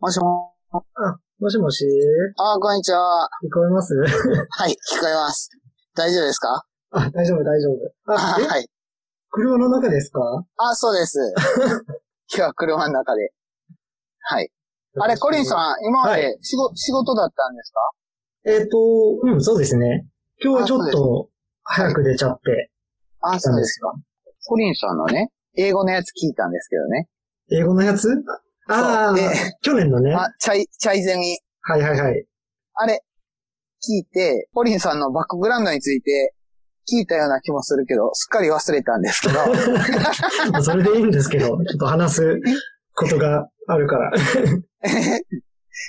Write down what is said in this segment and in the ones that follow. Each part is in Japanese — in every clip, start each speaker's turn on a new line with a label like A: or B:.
A: もしも、
B: あ、もしもし
A: あー、こんにちは。
B: 聞こえます
A: はい、聞こえます。大丈夫ですか
B: あ、大丈夫、大丈夫。あ、え、
A: はい。
B: 車の中ですか
A: あ、そうです。 今日は車の中で。はい。あれ、コリン
B: ん。
A: さん、今ま
B: は
A: で仕事、仕事だったんですか
B: えっ、と、うん、そうですね。今日はちょ
A: あ
B: っ
A: そ
B: と、早く出ちゃって
A: あ、
B: 来た
A: そ
B: ん
A: う
B: で
A: です
B: すが。
A: コリンさんのね、英語のやつ聞いたんですけどね。
B: 英語のやつああ
A: そうで、
B: 去年のね。は
A: あ、チャイ、チャイゼミ。
B: いはいはい。
A: あれ、聞いて、コリンさんのバックグラウンドについて聞いたような気もするけど、すっかり忘れたんです けど、
B: まあそれでいいんです けど、ちょっと話すことがあるから。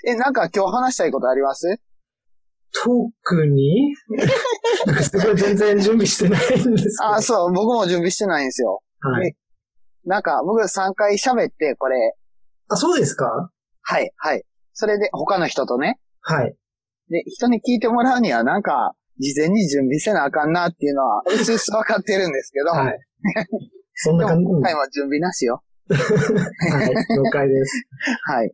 A: え、なんか今日話したいことあります
B: 特に なんかすごい全然準備してないんです
A: あ、そう、僕も準備してないんですよ。
B: けど。はい。
A: なんか、僕3回喋って、これ、
B: あ、そうですか
A: はい、はい。それで、他の人とね。
B: はい。
A: で、人に聞いてもらうには、なんか、事前に準備せなあかんなっていうのは、うすうすわかってるん ですけど、
B: はい。そん
A: でも
B: な感じ。
A: 今回は準備なしよ。
B: はい、了解です。
A: はい。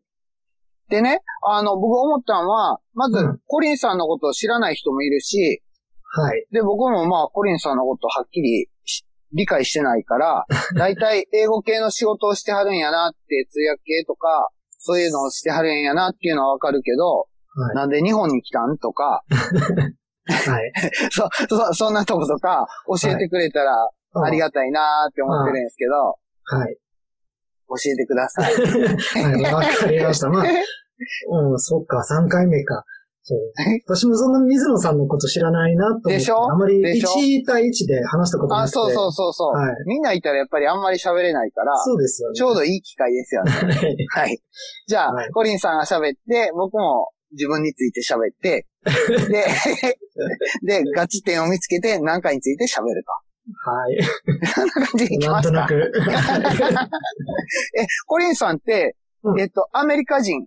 A: でね、あの、僕思ったのは、まず
B: うん、
A: コリンさんのことを知らない人もいるし、
B: はい。
A: で、僕もまあ、コリンさんのことをはっきりし理解してない から、だいたい英語系の仕事をしてはるんやなって、通訳系とか、そういうのをしてはるんやなっていうのはわかるけど、
B: はい。
A: なんで日本に来たんとか、
B: はい。
A: そ、そ、そんなとことか教えてくれたらあり
B: が
A: がたいなーって思ってるんですけど、
B: とう。はい。
A: 教えてください。
B: はい、わかりました。まあ、うん、そっか、3回目か。そう。私もそんな水野さんのこと知らないなと思って。
A: でしょ
B: あまり
A: でしょ
B: 1対1で話したことな
A: あ、
B: くて。。
A: そうそううそうそう、
B: はい
A: みんないたらやっぱりあんまり喋れないから、
B: そうですよね。
A: ちょうどいい機会ですよ ね。
B: はい。
A: はい。じゃあ、
B: はい
A: コリンさんが喋って、僕も自分について喋 って、で、で、ガチ点を見つけて何かについて喋る
B: は
A: と。こんな感じで
B: い。
A: いき
B: な
A: ま
B: んと
A: す
B: な
A: か。
B: く。
A: コリンさんって、
B: うん
A: えっと、アメリカ人。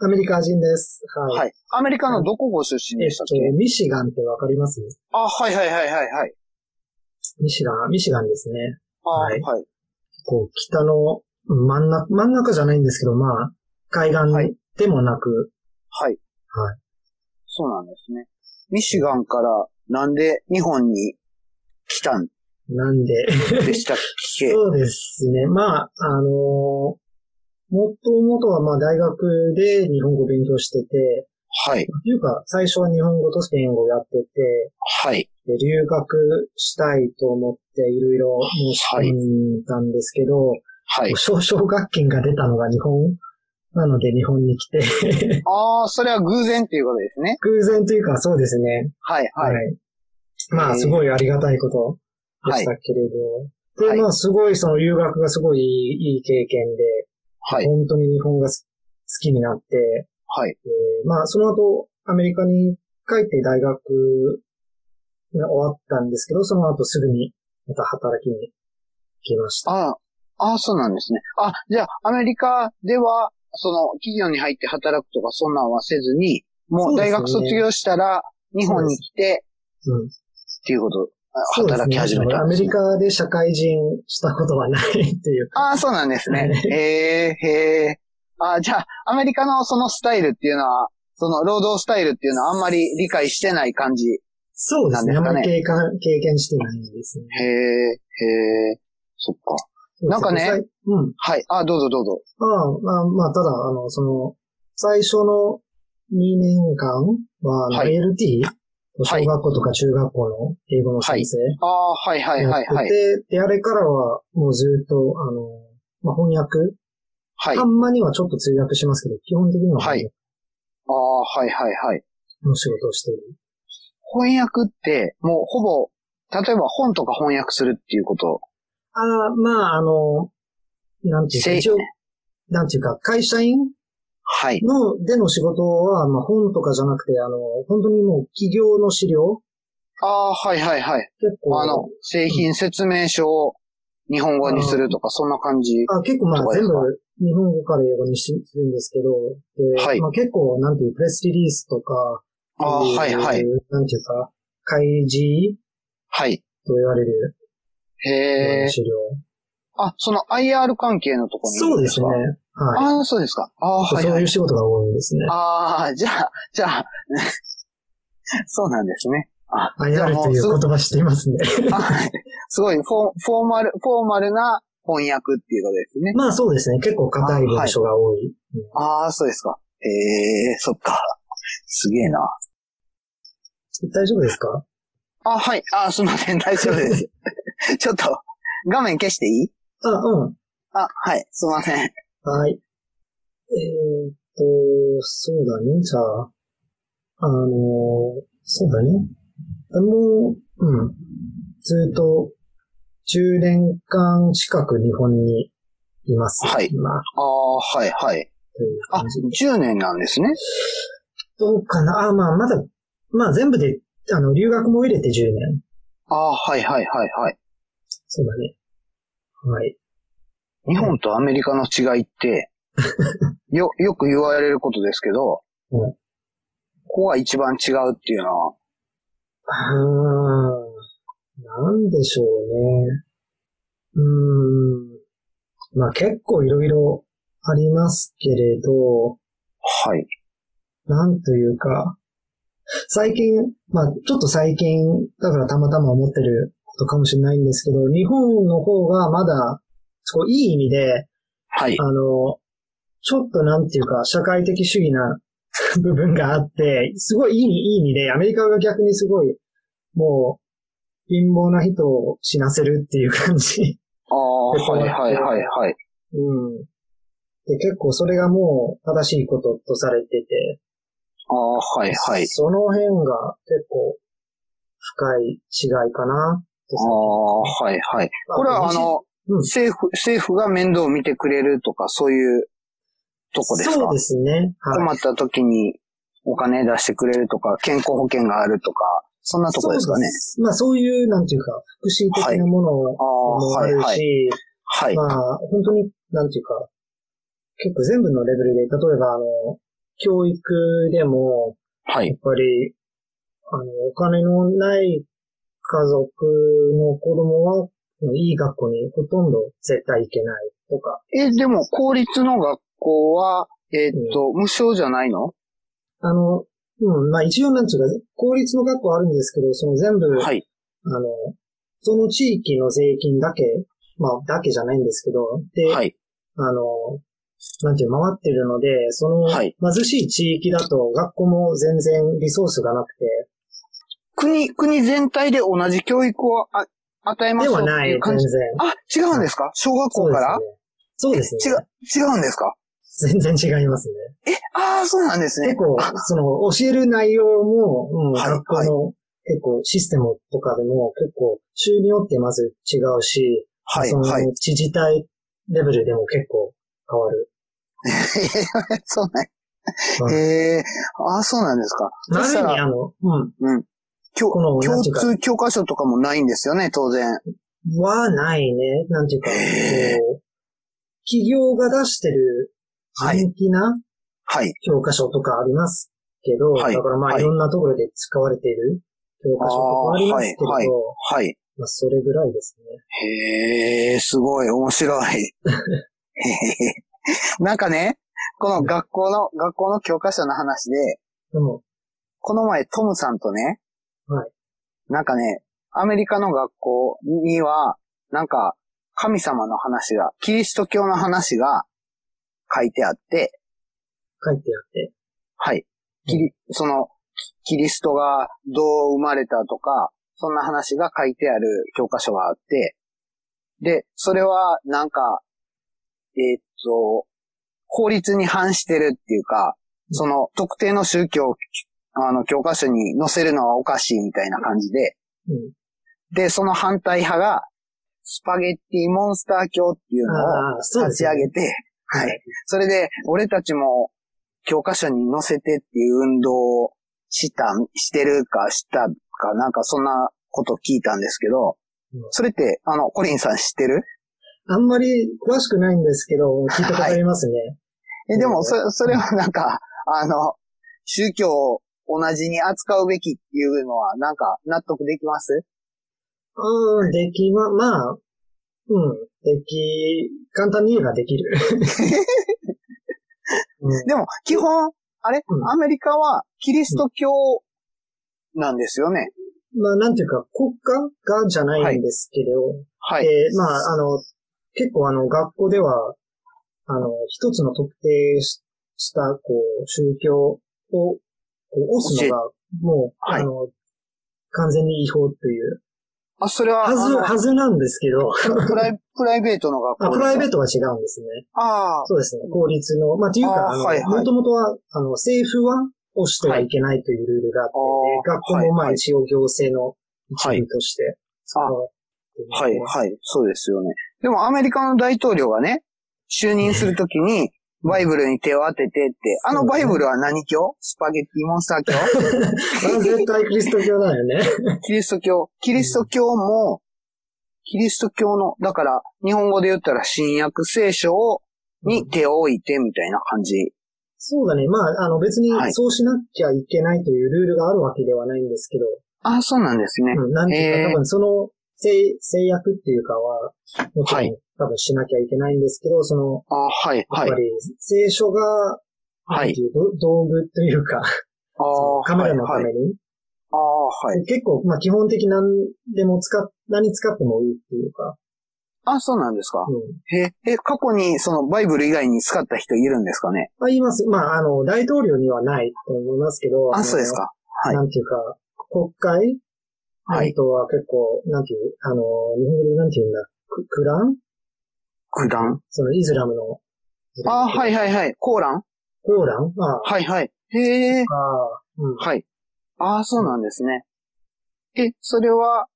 B: アメリカ人です。はい。
A: はい。アメリカのどこご出身
B: えっ
A: でしたっけ、
B: と、ミシガンってわかります
A: あ、はいはいはいはいはい。
B: ミシガン、ミシガンですね。
A: あ
B: はい
A: はい。
B: こう、北の真ん中、真ん中じゃないんですけど、まあ、海
A: はい
B: 岸でもなく、
A: はい。
B: はい。
A: そうなんですね。ミシガンからなんで日本に来たん
B: なんで、
A: でしたっけ
B: そうですね。まあ、あのーもともとはまあ大学で日本語を勉強してて、
A: はい。
B: というか最初は日本語とスペイン語をやってて、
A: はい。
B: で留学したいと思っていろいろ申し込んだんですけど、
A: はい。
B: 少々学権が出たのが日本なので日本に来て、
A: ああ、それは偶然っていうことですね。
B: 偶然というかそうですね。
A: はい、
B: は
A: はい。
B: い。まあ、すごいありがたいことでしたけれど。
A: はい
B: で、まあ、すごい、その、留学がすごいいいいい経験で、
A: はい。
B: 本当に日本がす好きになって、
A: はい。
B: えーまあ、その後、アメリカに帰って大学が終わったんですけど、その後すぐに、また働きに来ました。
A: ああ、ああ、そうなんですね。あ、じゃあ、アメリカでは、その、企業に入って働くとか、そんなんはせずに、もう
B: そうで
A: 大
B: すね
A: 学卒業したら、日本に来て、
B: うん。
A: っていうこと、あ
B: そうです
A: 働き始め
B: ね。
A: た
B: ア
A: んで
B: メ
A: す
B: リ
A: ね。
B: カで社会人したことはないっていう。
A: ああ、そうなんです ね。へえ、へえ。ああ、じゃあ、アメリカのそのスタイルっていうのは、その、労働スタイルっていうのはあんまり理解してない感じ。
B: そうですね。
A: なんですかね
B: あんまり経験経験してないんですね。
A: へえ、へえ。そっか。なんかね
B: そうです。うん。
A: はい。あ、どうぞどうぞ。
B: まあ、まあ、まあ、ただ、あの、その、最初の2年間は、あの
A: はい
B: ALT、
A: はい
B: 小学校とか中学校の英語の先生
A: ああ、はいはい
B: や
A: は
B: っ
A: いは
B: て
A: い。
B: て、で、あれからは、もうずっと、あの、まあ、翻訳、
A: はい。あ
B: たんまにはちょっと通訳しますけど、基本的には
A: は
B: 翻
A: い
B: 訳
A: あ、はいはいはい。
B: の仕事をしている。
A: 翻訳って、もうほぼ、例えば本とか翻訳するっていうこと。
B: ああ、まあ、あの、なんていうか、
A: せい
B: 一応、なんていうか、会社員
A: はい。
B: の、での仕事は、まあ、本とかじゃなくて、あの、本当にもう企業の資料、
A: ああ、はいはいはい。
B: 結構、
A: あの、製品説明書を日本語にするとか、そんな感じ。
B: あ結構まあ
A: とかです
B: 全
A: か
B: 部日本語から英語にしするんですけど、で
A: はい
B: まあ、結構なんていうプレスリリースとか、
A: ああ、はいはい。
B: なんていうか、開示
A: はい。
B: と言われる
A: へえ。
B: 資料。
A: あ、その IR 関係のところに。
B: そうですね。。はい。
A: ああ、そうですか。ああー、はい、
B: そう。
A: はいいう
B: 仕事が多いんですね。
A: ああ、じゃあ、じゃあ、 そうなんですね。あ
B: あやるという
A: すご
B: 言葉知っていま すね。
A: はいすごいフォー、フォーマル、フォーマルな翻訳っていうことですね。
B: まあそうですね。結構硬い文章が多い。うん
A: ああ、そうですか。ええそっか。すげえな。
B: 大丈夫ですか
A: あ、はい。あ、すいません。大丈夫です。 ちょっと、画面消していい
B: あ、うん。
A: あ、はい。すいません。
B: はい。えーっと、そうだね。じゃあ、あのー、そうだね。もう、うん。ずっと、10年間近く日本にいます。
A: はい
B: 今、
A: ああ、はい、はい。
B: という
A: あ
B: 感じ、
A: 10年なんですね。
B: どうかなあ、まあ、まだ、まあ全部で、あの、留学も入れて10年。
A: ああ、はい、はい、はい、はい。
B: そうだね。はい。
A: 日本とアメリカの違い って、よ、よく言われることですけど、
B: うん
A: ここが一番違うっていうのは、
B: ああ、なんでしょうね。うーん。まあ結構いろいろありますけれど、
A: はい。
B: なんというか、最近、まあちょっと最近、だからたまたま思ってることかもしれないんですけど、日本の方がまだ、そういい意味で、
A: はい。
B: あの、ちょっとなんていうか、社会的主義な 部分があって、すごいいいいい意味で、アメリカが逆にすごい、もう、貧乏な人を死なせるっていう感じ。
A: ああ、はい、はい、はい、はい。
B: うん。で、結構それがもう正しいこととされてて、
A: ああ、はい、はい。
B: その辺が結構深い違いかな。
A: ああ、はい、はい。
B: ま
A: これはあ、
B: 西
A: の、
B: うん
A: 政府、政府が面倒を見てくれるとか、そういうとこですか
B: そうですね。はい。
A: 困った時にお金出してくれるとか、健康保険があるとか、そんなとこですかね。
B: そうまあそういう、なんていうか、福祉的なもの
A: あ
B: も
A: あ、
B: あ
A: はい、
B: るし、
A: はい。はい。
B: まあ、本当に、なんていうか、結構全部のレベルで、例えば、あの、教育でも、
A: は
B: や
A: い。
B: っぱり、あの、お金のない家族の子供は、いい学校にほとんど絶対行けないとか、
A: え、でも、公立の学校は、えーっと、無償じゃないの
B: あの、うん、まあ一応なんていうか、公立の学校はあるんですけど、その全部、
A: はい。
B: あの、その地域の税金だけ、まあ、だけじゃないんですけど、で、
A: はい。
B: あの、なんていう、回ってるので、その
A: はい
B: 貧しい地域だと学校も全然リソースがなくて、
A: 国、国全体で同じ教育をあ与えま
B: で
A: よ
B: すは
A: って
B: ない、
A: いう
B: 全
A: 感
B: 然
A: じ。。あ、違うんですか小学校から
B: そうですね。そうで
A: 違う、違うんですか
B: すね。全然違いますね。
A: ああ、そうなんですね
B: 結。構、その、教える内容も、うん、
A: はい
B: 学校の、結構システムとかでも結構、州によってまず違うし、
A: はい、
B: その、
A: はい。
B: 自治体レベルでも結構変わる。
A: そうね
B: う。
A: へ
B: ん
A: えああ、そうなんですか。そ
B: まああ
A: し
B: る
A: た
B: 意
A: ら
B: 味、あの、うん、
A: 共
B: このなん
A: 共
B: ていうか
A: 通教科書とかもないんですよね、当然。
B: はないね。なんていうか、
A: へー
B: こう、企業が出してる
A: はい
B: 人気な
A: はい。
B: 教科書とかありますけど、
A: はい
B: だからまあ、
A: はい
B: い、ろんなところで使われている教科書とかありますけど、
A: あーはいはい。
B: まあ、それぐらいですね。
A: へえ、すごい、面白い。へ えなんかね、この学校の、学校の教科書の話で、
B: でも、
A: この前トムさんとね、
B: はい
A: なんかね、アメリカの学校には、なんか、神様の話が、キリスト教の話が書いてあって、
B: 書いてあって、
A: はい。キリ、その、キリストがどう生まれたとか、そんな話が書いてある教科書があって、で、それはなんか、えーっと、法律に反してるっていうか、その特定の宗教、あの、教科書に載せるのはおかしいみたいな感じで、
B: うん。
A: で、その反対派が、スパゲッティモンスター教っていうのを
B: ああ、そうで
A: 立
B: す
A: ち
B: ね
A: 上げて、はい
B: はい。
A: それで、俺たちも教科書に載せてっていう運動をした、してるかしたか、なんかそんなこと聞いたんですけど
B: うん、
A: それって、あの、コリンさん知ってる
B: あんまり詳しくないんですけど、聞いたことありますね。
A: え、で
B: う
A: も、
B: ん
A: そ、それはなんか、あの、宗教を同じに扱うべきっていうのは、なんか、納得できます
B: うん、できま、まあ、うん。でき、簡単に言えば できる。うん
A: でも、基本、あれ、
B: うん
A: アメリカはキリスト教なんですよね。
B: まあ、なんていうか、国家がじゃないんですけど、
A: はい。
B: えーまあ、あの、結構あの、学校では、あの、一つの特定しした、こう、宗教を、こう、押すのが、もう、
A: はい
B: あの、完全に違法という、
A: あ、それは、
B: は
A: あ
B: ず、
A: の
B: はずなんですけど、
A: プライ、プライベートの学校
B: あプライ
A: ー
B: ベ
A: ト
B: ートは違うんですね。
A: ああ、
B: そうですね。法律の、まあ、っていうか、
A: あー
B: あ
A: はい
B: の、
A: はい
B: もともとは、あの、政府は押してはいけないというルールがあって、
A: ああ
B: 学校もまあ、一応行政の一部として、
A: はい
B: は
A: はい、はい、そうですよね。でもアメリカの大統領がね、就任するときに、バイブルに手を当ててって、あのバイブルは何教スパゲッティモンスター 教
B: まあ、絶対キリスト教だよね。
A: キリスト教。キリスト教も、キリスト教の、だから、日本語で言ったら新約聖書を、に手を置いてみたいな感じ。
B: そうだね。まあ、あの別に
A: はい
B: そうしなきゃいけないというルールがあるわけではないんですけど、
A: ああ、そうなんですね。
B: うん、なんていう
A: え
B: か
A: ー
B: 多分その制制約っていうかは、もちろ
A: は
B: ん
A: い
B: 多分しなきゃいけないんですけど、その、
A: ああ、はい、
B: やっ
A: はい
B: ぱ。り聖書が、
A: はい
B: なんていうど道具というか、
A: ああ、
B: カメラのた
A: はいは
B: め
A: い。
B: に、
A: ああ、はい。
B: 結構、まあ基本的なんでも使っ、何使ってもいいっていうか、
A: あ、そうなんですか
B: う。ん。
A: え、え、過去にそのバイブル以外に使った人いるんですかね
B: まあ言います。まあ、あの、大統領にはないと思いますけど、
A: あ、
B: の
A: そうですか。はい
B: なんていうか、国会
A: はい
B: あとは結構、なんていう、あの、日本語でなんていうんだ、ククラン
A: 九段
B: そのイスラムの。
A: あ、はい
B: い。
A: はいはい。コーラン
B: コーランまあ、
A: はいはい。へえ。
B: あうん。
A: はい。ああ、そうなんですね。え、それは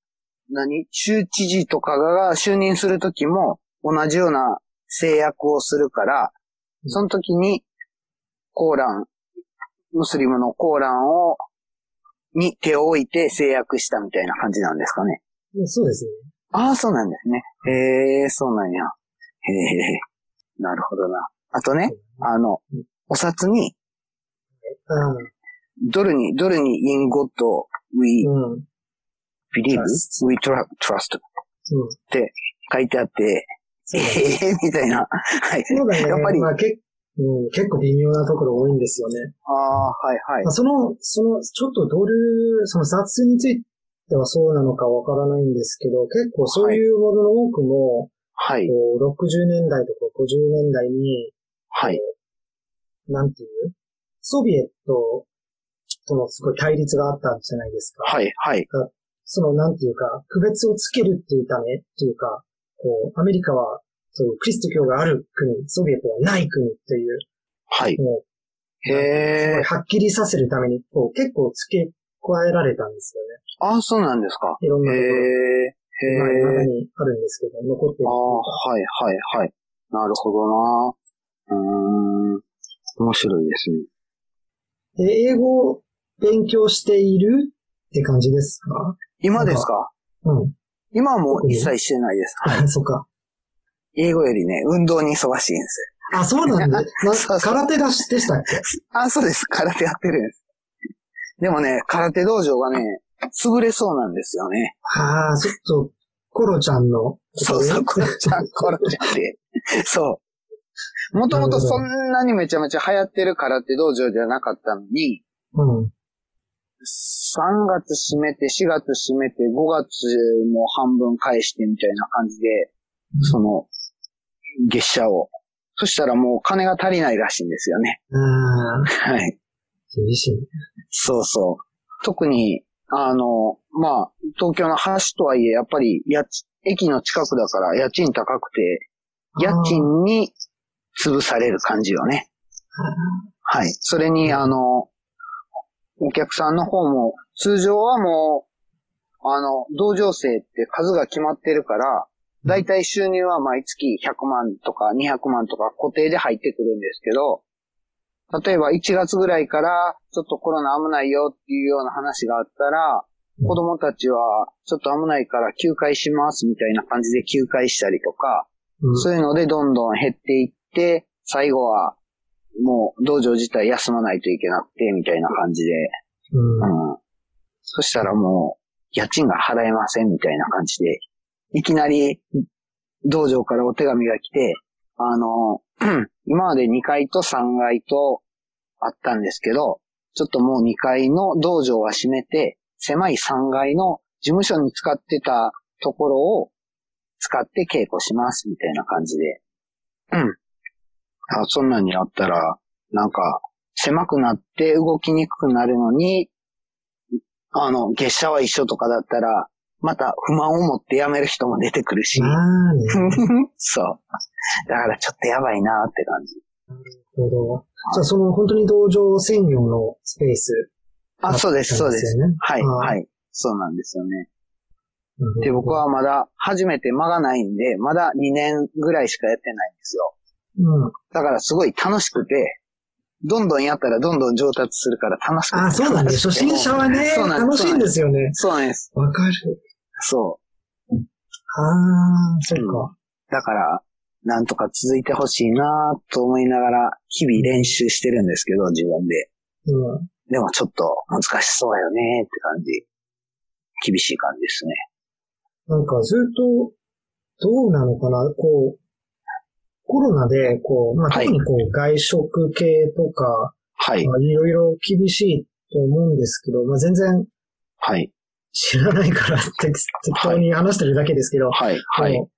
A: 何、州知事とかが就任するときも同じような制約をするから、その時にコーラン、ムスリムのコーランを、に手を置いて制約したみたいな感じなんですかね。
B: そうですね。
A: ああ、そうなんですね。へえ、そうなんや。へえ、なるほどな。あとね、あの、お札に、
B: あ
A: ドルに、ドルに in God we
B: うん。うん。
A: believe,
B: Trust.
A: we tra- trust
B: そ
A: 書いてあって、え
B: うだね
A: えみたいな。はい。
B: そうだね。
A: やっぱり
B: まあ、けうん、結構微妙なところ多いんですよね。
A: ああ、はいはい
B: まあ、。その、その、ちょっとドル、その雑についてはそうなのかわからないんですけど、結構そういうものの多くも、
A: はい。
B: こう60年代とか50年代に、
A: はい。
B: なんていうソビエトとのすごい対立があったんじゃないですか。
A: はい。はい。
B: その、なんていうか、区別をつけるっていうためっていうか、こう、アメリカは、そういうクリスト教がある国、ソビエトはない国という、
A: はい。
B: も
A: へ
B: う、
A: え。
B: はっきりさせるために、こう、結構付け加えられたんですよね。
A: ああ、そうなんですか。
B: いろん
A: へ
B: な
A: え。
B: ところまあ
A: へ
B: 未だ
A: え。
B: にあるんですけど、残ってる
A: ああ、はい。はい。はい。なるほどな。うーん。面白いですね。
B: というか。で、英語を勉強しているって感じですか
A: 今ですか
B: うん。
A: 今はもう一切してないです。はい
B: あ、そっか。
A: 英語よりね、運動に忙しいんです。
B: あ、そうなんだ。な
A: そうそう
B: 空手がしでしたっけ
A: あ、そうです。空手やってるんです。でもね、空手道場がね、優れそうなんですよね。
B: ああ、ちょっと、コロちゃんの。
A: そうそう、コロちゃん、コロちゃんで。 そう。もともとそんなにめちゃめちゃ流行ってる空手道場じゃなかったのに、
B: うん。
A: 3月閉めて、4月閉めて、5月も半分返してみたいな感じで、その、月謝を。そしたらもう金が足りないらしいんですよね。
B: ああ、
A: はい。
B: 厳しいね。
A: そうそう。特に、あの、まあ、東京の橋とはいえ、やっぱり、やち、駅の近くだから家賃高くて、家賃に潰される感じよね。はい。それに、あの、お客さんの方も、通常はもう、あの、同情生って数が決まってるから、だいたい収入は毎月100万とか200万とか固定で入ってくるんですけど、例えば1月ぐらいからちょっとコロナ危ないよっていうような話があったら、子供たちはちょっと危ないから休会しますみたいな感じで休会したりとか、
B: うん
A: そういうのでどんどん減っていって、最後はもう道場自体休まないといけなくて、みたいな感じで、
B: うん
A: うん。そしたらもう、家賃が払えませんみたいな感じで、いきなり道場からお手紙が来て、あの、 今まで2階と3階とあったんですけど、ちょっともう2階の道場は閉めて、狭い3階の事務所に使ってたところを使って稽古します、みたいな感じで。うん。あそんなんにあったら、なんか、狭くなって動きにくくなるのに、あの、月謝は一緒とかだったら、また不満を持って辞める人も出てくるし。
B: まあね、なる
A: そう。だからちょっとやばいなって感じ。
B: ほど。じゃあその本当に道場専用のスペース
A: あ、そうです、
B: な
A: そ
B: ん
A: う
B: で
A: ですす。
B: よね。
A: はい、
B: うん
A: はい。そうなんですよね。
B: なるほど
A: で、僕、はまだ初めて間がないんで、まだ2年ぐらいしかやってないんですよ。
B: うん。
A: だからすごい楽しくて、どんどんやったらどんどん上達するから楽しくて。
B: あ、そうなんで
A: 楽
B: す。
A: しく
B: 初
A: て
B: 心者はね、
A: そうなんで
B: 楽
A: す
B: しいんですよね。
A: そうなんです。
B: わかる。
A: そ
B: ああ、そっか。
A: う。だから、なんとか続いてほしいなと思いながら、日々練習してるんですけど、自分で。
B: うん。
A: でもちょっと難しそうだよねって感じ。厳しい感じですね。
B: なんかずっと、どうなのかな、こう、コロナで、こう、まあ、
A: はい
B: 特にこう、外食系とか、
A: はい、
B: まあいろいろ厳しいと思うんですけど、まあ、全然
A: はい、
B: 知らないから適適当に話してるだけですけど、
A: はい、はい、
B: こ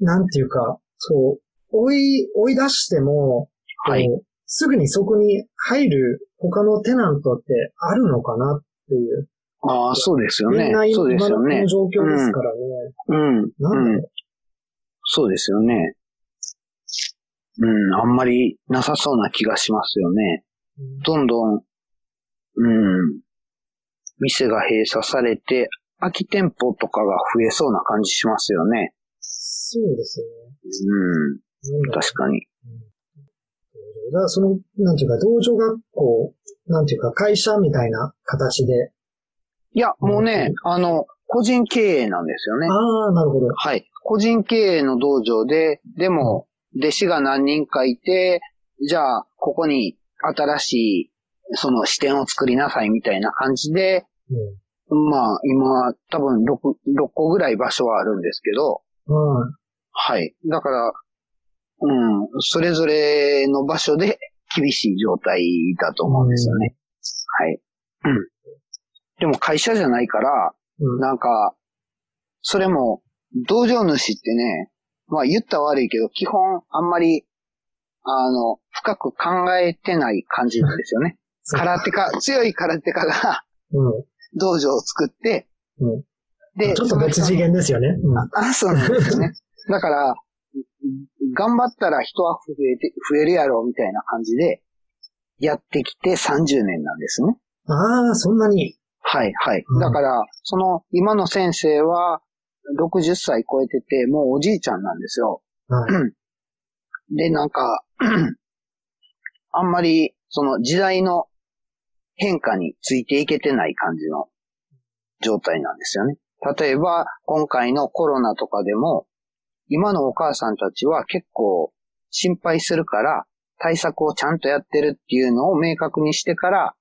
B: うなんていうか、そう、追い、追い出しても、
A: はい。
B: こうすぐにそこに入る他のテナントってあるのかなっていう。
A: ああ、そうですよ
B: みん
A: ね
B: な。
A: そうです
B: 今
A: よね
B: の。状況ですからね。
A: うん、うん。
B: なんだろう。
A: そうですよね。うん、あんまりなさそうな気がしますよね。どんどん、うん、店が閉鎖されて、空き店舗とかが増えそうな感じしますよね。
B: そうです
A: うん、
B: ね。なんだろう
A: 確かに。
B: だからその、なんていうか、道場学校、なんていうか、会社みたいな形で。
A: いや、もうね、あの、個人経営なんですよね。
B: ああ、なるほど。
A: はい。個人経営の道場で、でも、弟子が何人かいて、じゃあ、ここに新しい、その視点を作りなさいみたいな感じで、
B: うん。
A: まあ、今、多分6、6個ぐらい場所はあるんですけど、
B: うん。
A: はい。だから、うん、それぞれの場所で厳しい状態だと思うんですよね。はい。うん。でも会社じゃないから、
B: うん。
A: なんか、それも、道場主ってね、まあ言ったら悪いけど、基本あんまり、あの、深く考えてない感じなんですよね。
B: そう
A: 空手家、強い空手家が
B: うん。
A: 道場を作って、
B: うん
A: で、
B: ちょっと別次
A: 元。
B: 元ですよね。うん。
A: あ、そうなんです よね。だから、頑張ったら人は増えて、増えるやろ、みたいな感じで、やってきて30年なんですね。
B: ああ、そんなに。
A: はい、はい
B: うん。
A: だから、その、今の先生は、60歳超えてて、もうおじいちゃんなんですよ。
B: はい。
A: で、なんか、あんまり、その時代の変化についていけてない感じの状態なんですよね。例えば、今回のコロナとかでも、今のお母さんたちは結構心配するから、対策をちゃんとやってるっていうのを明確にしてから、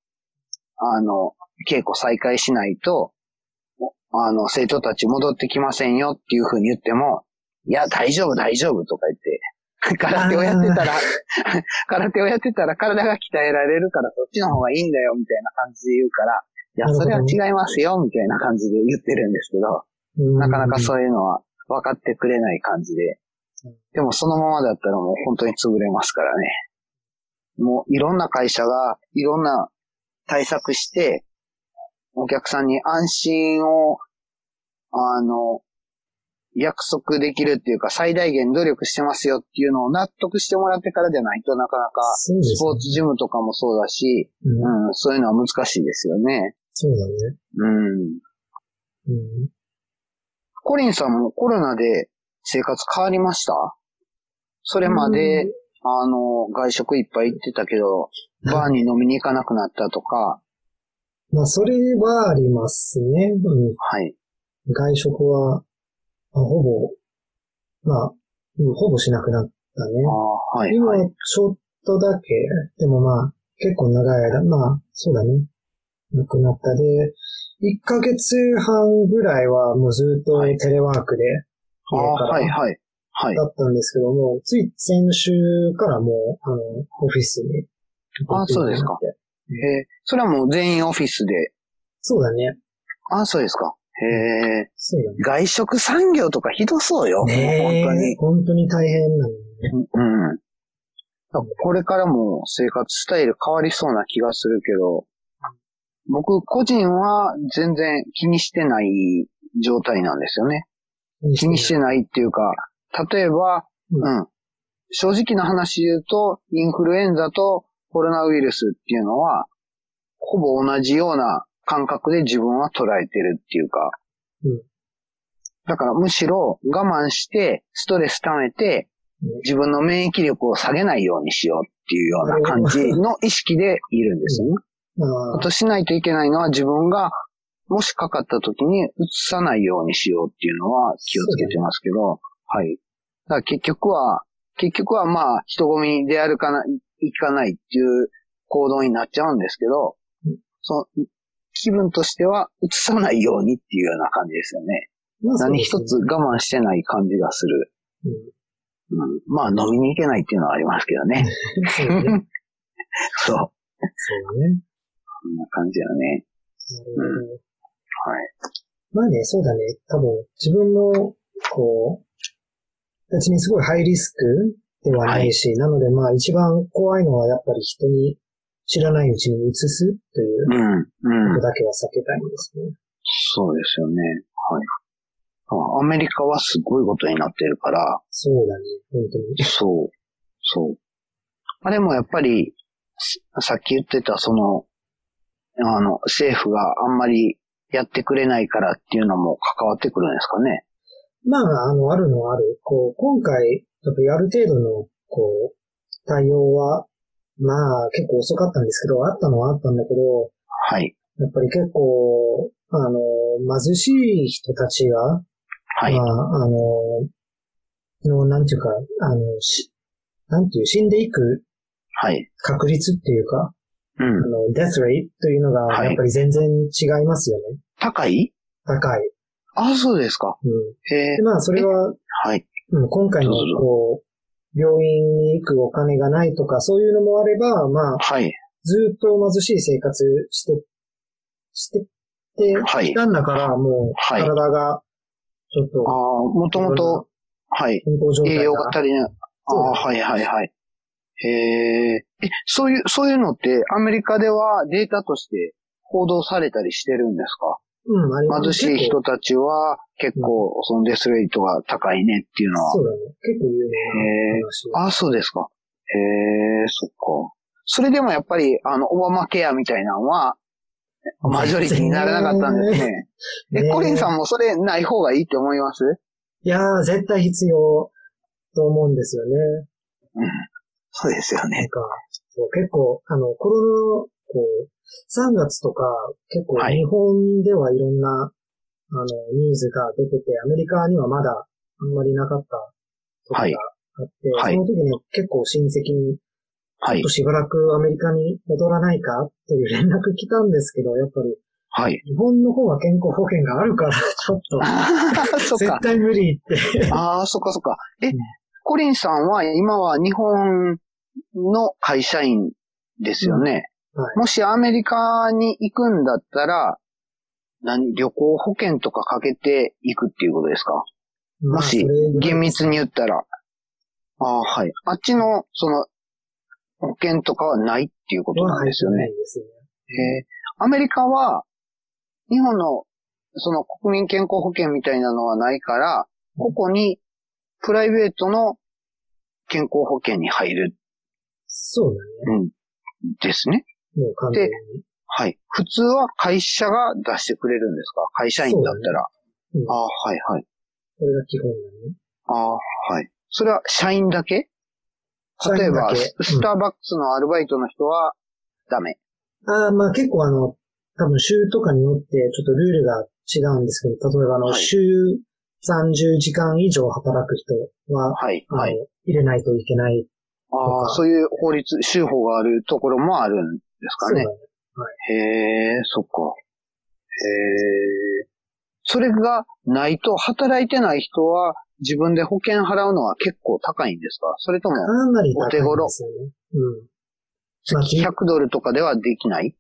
A: あの、稽古再開しないと、あの、生徒たち戻ってきませんよっていうふうに言っても、いや、大丈夫、大丈夫とか言って、 空手をやってたら、 空手をやってたら体が鍛えられるからそっちの方がいいんだよみたいな感じで言うから、いや、
B: なるほ
A: そ
B: ど
A: れ
B: ね
A: は違いますよみたいな感じで言ってるんですけど、なかなかそういうのは分かってくれない感じで
B: うん。
A: でもそのままだったらもう本当に潰れますからね。もういろんな会社がいろんな対策して、お客さんに安心を、あの、約束できるっていうか最大限努力してますよっていうのを納得してもらってからじゃないとなかなか
B: そうですね
A: スポーツジムとかもそうだし、
B: うん
A: うん、そういうのは難しいですよね。
B: そうだね。
A: うん。
B: うん。
A: コリンさんもコロナで生活変わりましたそれまで、あの、外食いっぱい行ってたけど、バーに飲みに行かなくなったとか、
B: まあ、それはありますね。うん。
A: はい。
B: 外食は、まあ、ほぼ、まあ、うんほぼしなくなったね
A: あ。あ、はい、
B: 今
A: はい。、
B: ちょっとだけ、でもまあ、結構長い間、まあ、そうだね。亡くなったで、1ヶ月半ぐらいはもうずっと
A: はい
B: テレワークで、
A: あ
B: 家
A: あ、
B: か
A: はい、
B: ら
A: はい。はい
B: だ。ったんですけども、つい先週からもう、あの、オフィスに。
A: あそうですか。えーそれはもう全員オフィスで。
B: そうだね。
A: あ、そうですか。へえ。
B: そうだね。
A: 外食産業とかひどそうよ。
B: ねえ
A: 本当に。
B: 本当に大変なのね。
A: うん。これからも生活スタイル変わりそうな気がするけど、僕個人は全然気にしてない状態なんですよね。気にしてないっていうか、例えば、
B: うん
A: うん。正直な話言うと、インフルエンザとコロナウイルスっていうのは、ほぼ同じような感覚で自分は捉えてるっていうか、
B: うん
A: だからむしろ我慢して、ストレス溜めて、自分の免疫力を下げないようにしようっていうような感じの意識でいるんですよね。
B: あ
A: あ
B: あ
A: としないといけないのは自分がもしかかった時に移さないようにしようっていうのは気をつけてますけど、はい。だから結局は、結局はまあ人混みに出歩かな、行かないっていう行動になっちゃうんですけど
B: うん、
A: その気分としては移さないようにっていうような感じですよね。
B: まあそう
A: 何
B: です
A: 一
B: ね
A: つ我慢してない感じがする。うん、まあ飲みに行けないっていうのはありますけどね。
B: うんそうだね。
A: そう。
B: そうだね。
A: こんな感じだね。
B: なるほど。
A: はい。
B: まあね、そうだね。多分、自分の、こう、別にすごいハイリスクではないし、なのでまあ一番怖いのはやっぱり人に知らないうちに移すという
A: うん、
B: こ
A: う
B: と
A: ん。
B: だけは避けたいんですね。
A: そうですよね。はい。あアメリカはすごいことになってるから、
B: そうだね、本当に。
A: そう、そう。あれもやっぱり、ささっき言ってたその、あの、政府があんまりやってくれないからっていうのも関わってくるんですかね。
B: まあ、あの、あるのはある。こう、今回、やっぱりある程度の、こう、対応は、まあ、結構遅かったんですけど、あったのはあったんだけど、
A: はい。
B: やっぱり結構、あの、貧しい人たちが、
A: はい。
B: まあ、あの、の、なんていうか、あの、し、なんていう、死んでいく
A: はい。
B: 確率っていうか、
A: うん
B: あ。の、death rate というのが、
A: はい
B: やっぱり全然違いますよね。
A: 高い
B: 高い。
A: あ、そうですか。
B: うん。
A: へえ
B: で、。まあ、それは、
A: はい。
B: うん、今回の
A: そうそう、
B: こう、病院に行くお金がないとか、そういうのもあれば、まあ、
A: はい。
B: ずっと貧しい生活して、してって
A: はい
B: きたんだから、もう、
A: はい
B: 体が、ちょっと
A: ああ、、もともと、はい。
B: 健康状態
A: 栄養が
B: が
A: 足りない。あ
B: そう
A: あ、はいはいはい。へえ。え、そういう、そういうのってアメリカではデータとして報道されたりしてるんですか
B: うん、あります
A: 貧しい人たちは結構そのデスレートが高いねっていうのは。
B: そうだね。結構有名な話。
A: ああ、そうですか。へえ、そっか。それでもやっぱり、あの、オバマケアみたいなのは、マジョリティにならなかったんですね。え、
B: ね
A: コリンさんもそれない方がいいって思います
B: いやー、絶対必要と思うんですよね。
A: うん。そうですよ
B: なん
A: ね。
B: か、そう結構、あの、コロナの、こう、3月とか、結構
A: はい
B: 日本ではいろんな、あの、ニュースが出てて、アメリカにはまだあんまりなかった時があ
A: は
B: っ
A: い
B: て、
A: はい
B: その時に結構親戚に、
A: は
B: ちょ
A: い
B: っと。しばらくアメリカに戻らないかという連絡来たんですけど、やっぱり
A: はい。
B: 日本の方は健康保険があるから、ちょっと、
A: そっか
B: 絶。対無理って。
A: ああ、そっかそっか。え、
B: うん
A: コリンさんは今は日本の会社員ですよね。
B: はい。
A: もしアメリカに行くんだったら、何旅行保険とかかけていくっていうことですか
B: まあ
A: もし
B: それぐらい
A: 厳密に言ったら。ああ、はい。あっちの、その、保険とかはないっていうことなんですよ
B: は
A: ね
B: い。ですね。
A: へえアメリカは、日本の、その国民健康保険みたいなのはないから、ここに、プライベートの健康保険に入る、
B: そうだね。
A: んですね。
B: もう完全に。
A: はい。普通は会社が出してくれるんですか会社員だったら。
B: そうだねうん
A: ああ、はいはい。
B: これが基本だね。
A: ああ、はい。それは社員だけ例えば、
B: 社員だけ
A: ススターバックスのアルバイトの人は、ダメ。
B: あーまあ結構あの、多分週とかによってちょっとルールが違うんですけど、例えばあの、
A: はい
B: 週30時間以上働く人は、
A: はい、
B: あの、
A: はい。
B: 入れないといけない。
A: ああ、そういう法律、州法があるところもあるんですかね。
B: そうだね。
A: へえ、そっか。へえ。それがないと働いてない人は自分で保険払うのは結構高いんですかそれとも、
B: かなり高いですよね。うん。まあ、
A: 月
B: で
A: 100ドルとかではできない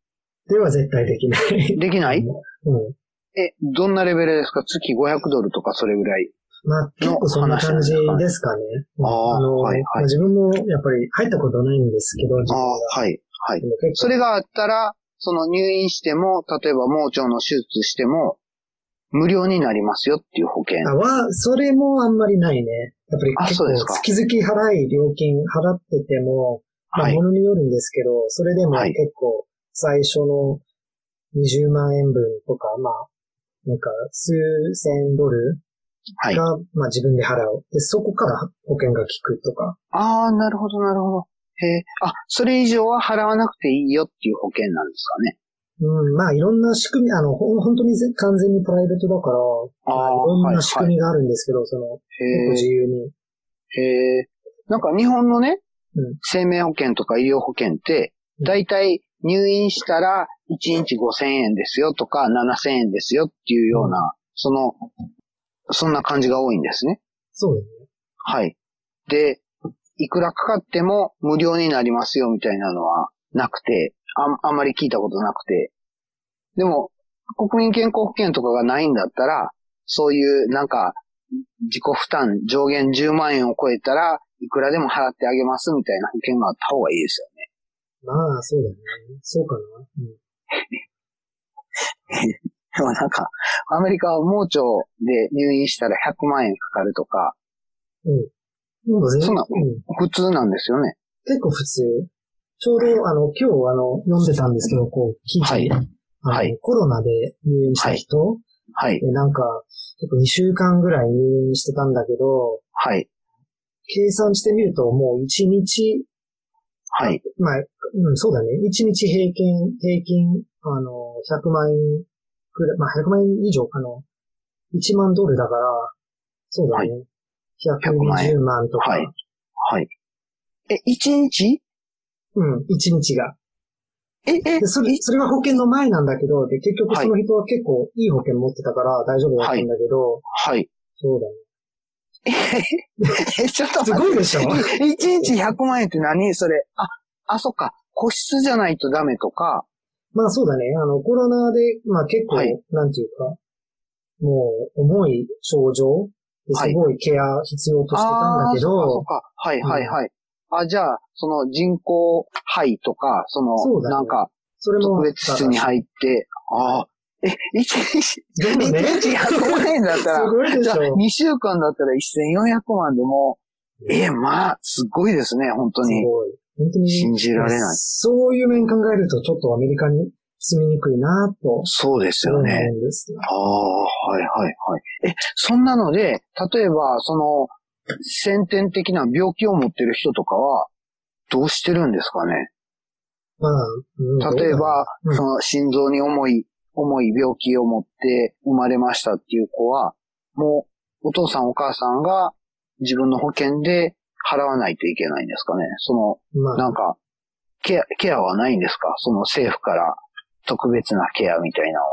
B: では絶対できない。
A: できない
B: うん。
A: え、どんなレベルですか月500ドルとかそれぐらい。
B: まあ、結構そんな感じですかね。
A: の話
B: うんの、
A: はいはい
B: まあ自分もやっぱり入ったことないんですけど、自
A: あ
B: 分が
A: あ、はい、はい
B: で。も結構
A: それがあったら、その入院しても、例えば盲腸の手術しても、無料になりますよっていう保険。
B: あは、それもあんまりないね。やっぱり
A: あ
B: 結
A: そう
B: 構
A: ですか
B: 月々払い料金払ってても、ま
A: は
B: あ、
A: い
B: も。のによるんですけど、それでも
A: はい
B: 結構最初の20万円分とか、まあ、なんか数千ドル
A: はい。
B: が、まあ自分で払う。で、そこから保険が効くとか。
A: ああ、なるほど、なるほど。へえ。あ、それ以上は払わなくていいよっていう保険なんですかね。
B: うん、まあいろんな仕組み、あの、ほん本当にぜ完全にプライベートだから、まあ、いろんな仕組みがあるんですけど、その、結構
A: へ
B: 自由に。
A: え。へえ。なんか日本のね、
B: うん
A: 生命保険とか医療保険って、だいたい入院したら1日5000円ですよとか7000円ですよっていうような、その、そんな感じが多いんですね。
B: そうですね。
A: はい。で、いくらかかっても無料になりますよみたいなのはなくて、ああんまり聞いたことなくて。でも、国民健康保険とかがないんだったら、そういうなんか、自己負担上限10万円を超えたらいくらでも払ってあげますみたいな保険があった方がいいですよね。
B: まあ、そうだね。そうかな。うん
A: でもなんか、アメリカは盲腸で入院したら100万円かかるとか、
B: もう全
A: そうなの
B: うん
A: 普通なんですよね。
B: 結構普通。ちょうど、あの、今日、あの、読んでたんですけど、こう、記事、
A: はい
B: あの
A: はい
B: コロナで入院した人、
A: はい。
B: で、なんか、結構2週間ぐらい入院してたんだけど、
A: はい。
B: 計算してみると、もう1日、
A: はい。
B: まあ、うん、そうだね。1日平均、平均、あの、100万円くらい、まあ、100万円以上かな。1万ドルだから、そうだね。120万とか、
A: はい。はい。え、1日
B: うん、1日が。
A: え、え
B: で、それ、それが保険の前なんだけど、で、結局その人は結構いい保険持ってたから大丈夫だったんだけど、
A: はい。
B: そうだね。
A: え、ちょっと
B: す
A: 待
B: ごいでしょ
A: って。1日100万円って何それ。あ、あ、そっか。個室じゃないとダメとか。
B: まあそうだね。あの、コロナで、まあ結構、
A: はい
B: なんていうか、もう、重い症状ですごいケア必要としてたんだけど、
A: あーそっか、そっか。はい、はい、はい。あ、じゃあ、その人工肺とか、その、
B: そうだね
A: なんか、
B: それも、
A: 特別室に入って、ああ、え、1日、
B: でも
A: 1
B: ね、
A: 日100万円だった
B: す
A: ら、
B: ごいで
A: じゃあ
B: しょ。
A: 2週間だったら1400万でも、え、まあ、すごいですね、本当
B: す
A: に。
B: ごい。本当に。
A: 信じられない。
B: そういう面考えると、ちょっとアメリカに住みにくいなぁと
A: そうです
B: 思
A: よ
B: うん
A: ね。
B: ですね。
A: ああ、はいはいはい。え、そんなので、例えば、その、先天的な病気を持ってる人とかは、どうしてるんですかね
B: まあ、うん
A: 例えば、
B: どうだ
A: そ
B: ろ
A: の心臓に重い、重い病気を持って生まれましたっていう子は、もう、お父さんお母さんが自分の保険で払わないといけないんですかねその、
B: うまあ、
A: なんか、ケア、ケアはないんですかその政府から特別なケアみたいなのは。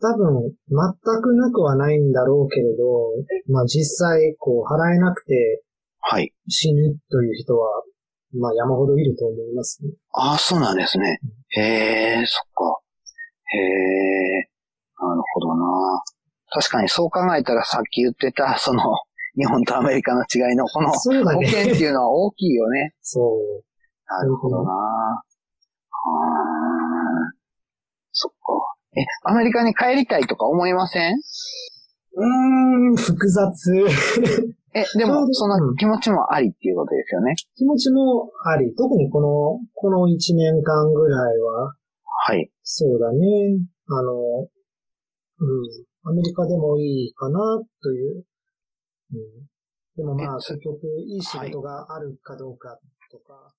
B: 多分、全くなくはないんだろうけれど、まあ実際、こう、払えなくて
A: はい。
B: 死ぬという人は、まあ山ほどいると思いますね。
A: ああ、そうなんですね。へえ、そっか。へえ、なるほどな。確かにそう考えたらさっき言ってた、その、日本とアメリカの違いのこの保
B: そうだね。
A: 険っていうのは大きいよね。
B: そう。
A: なるほどな。あーそっか。え、アメリカに帰りたいとか思いません
B: うーん、複雑。
A: え、で
B: そう
A: も、
B: です
A: その気持ちもありっていうことですよね。
B: 気持ちもあり、特にこの、この1年間ぐらいは、
A: はい。
B: そうだね。あの、うん、アメリカでもいいかな、という。うん、でもま
A: え
B: あ、結局、いい仕事があるかどうかとか、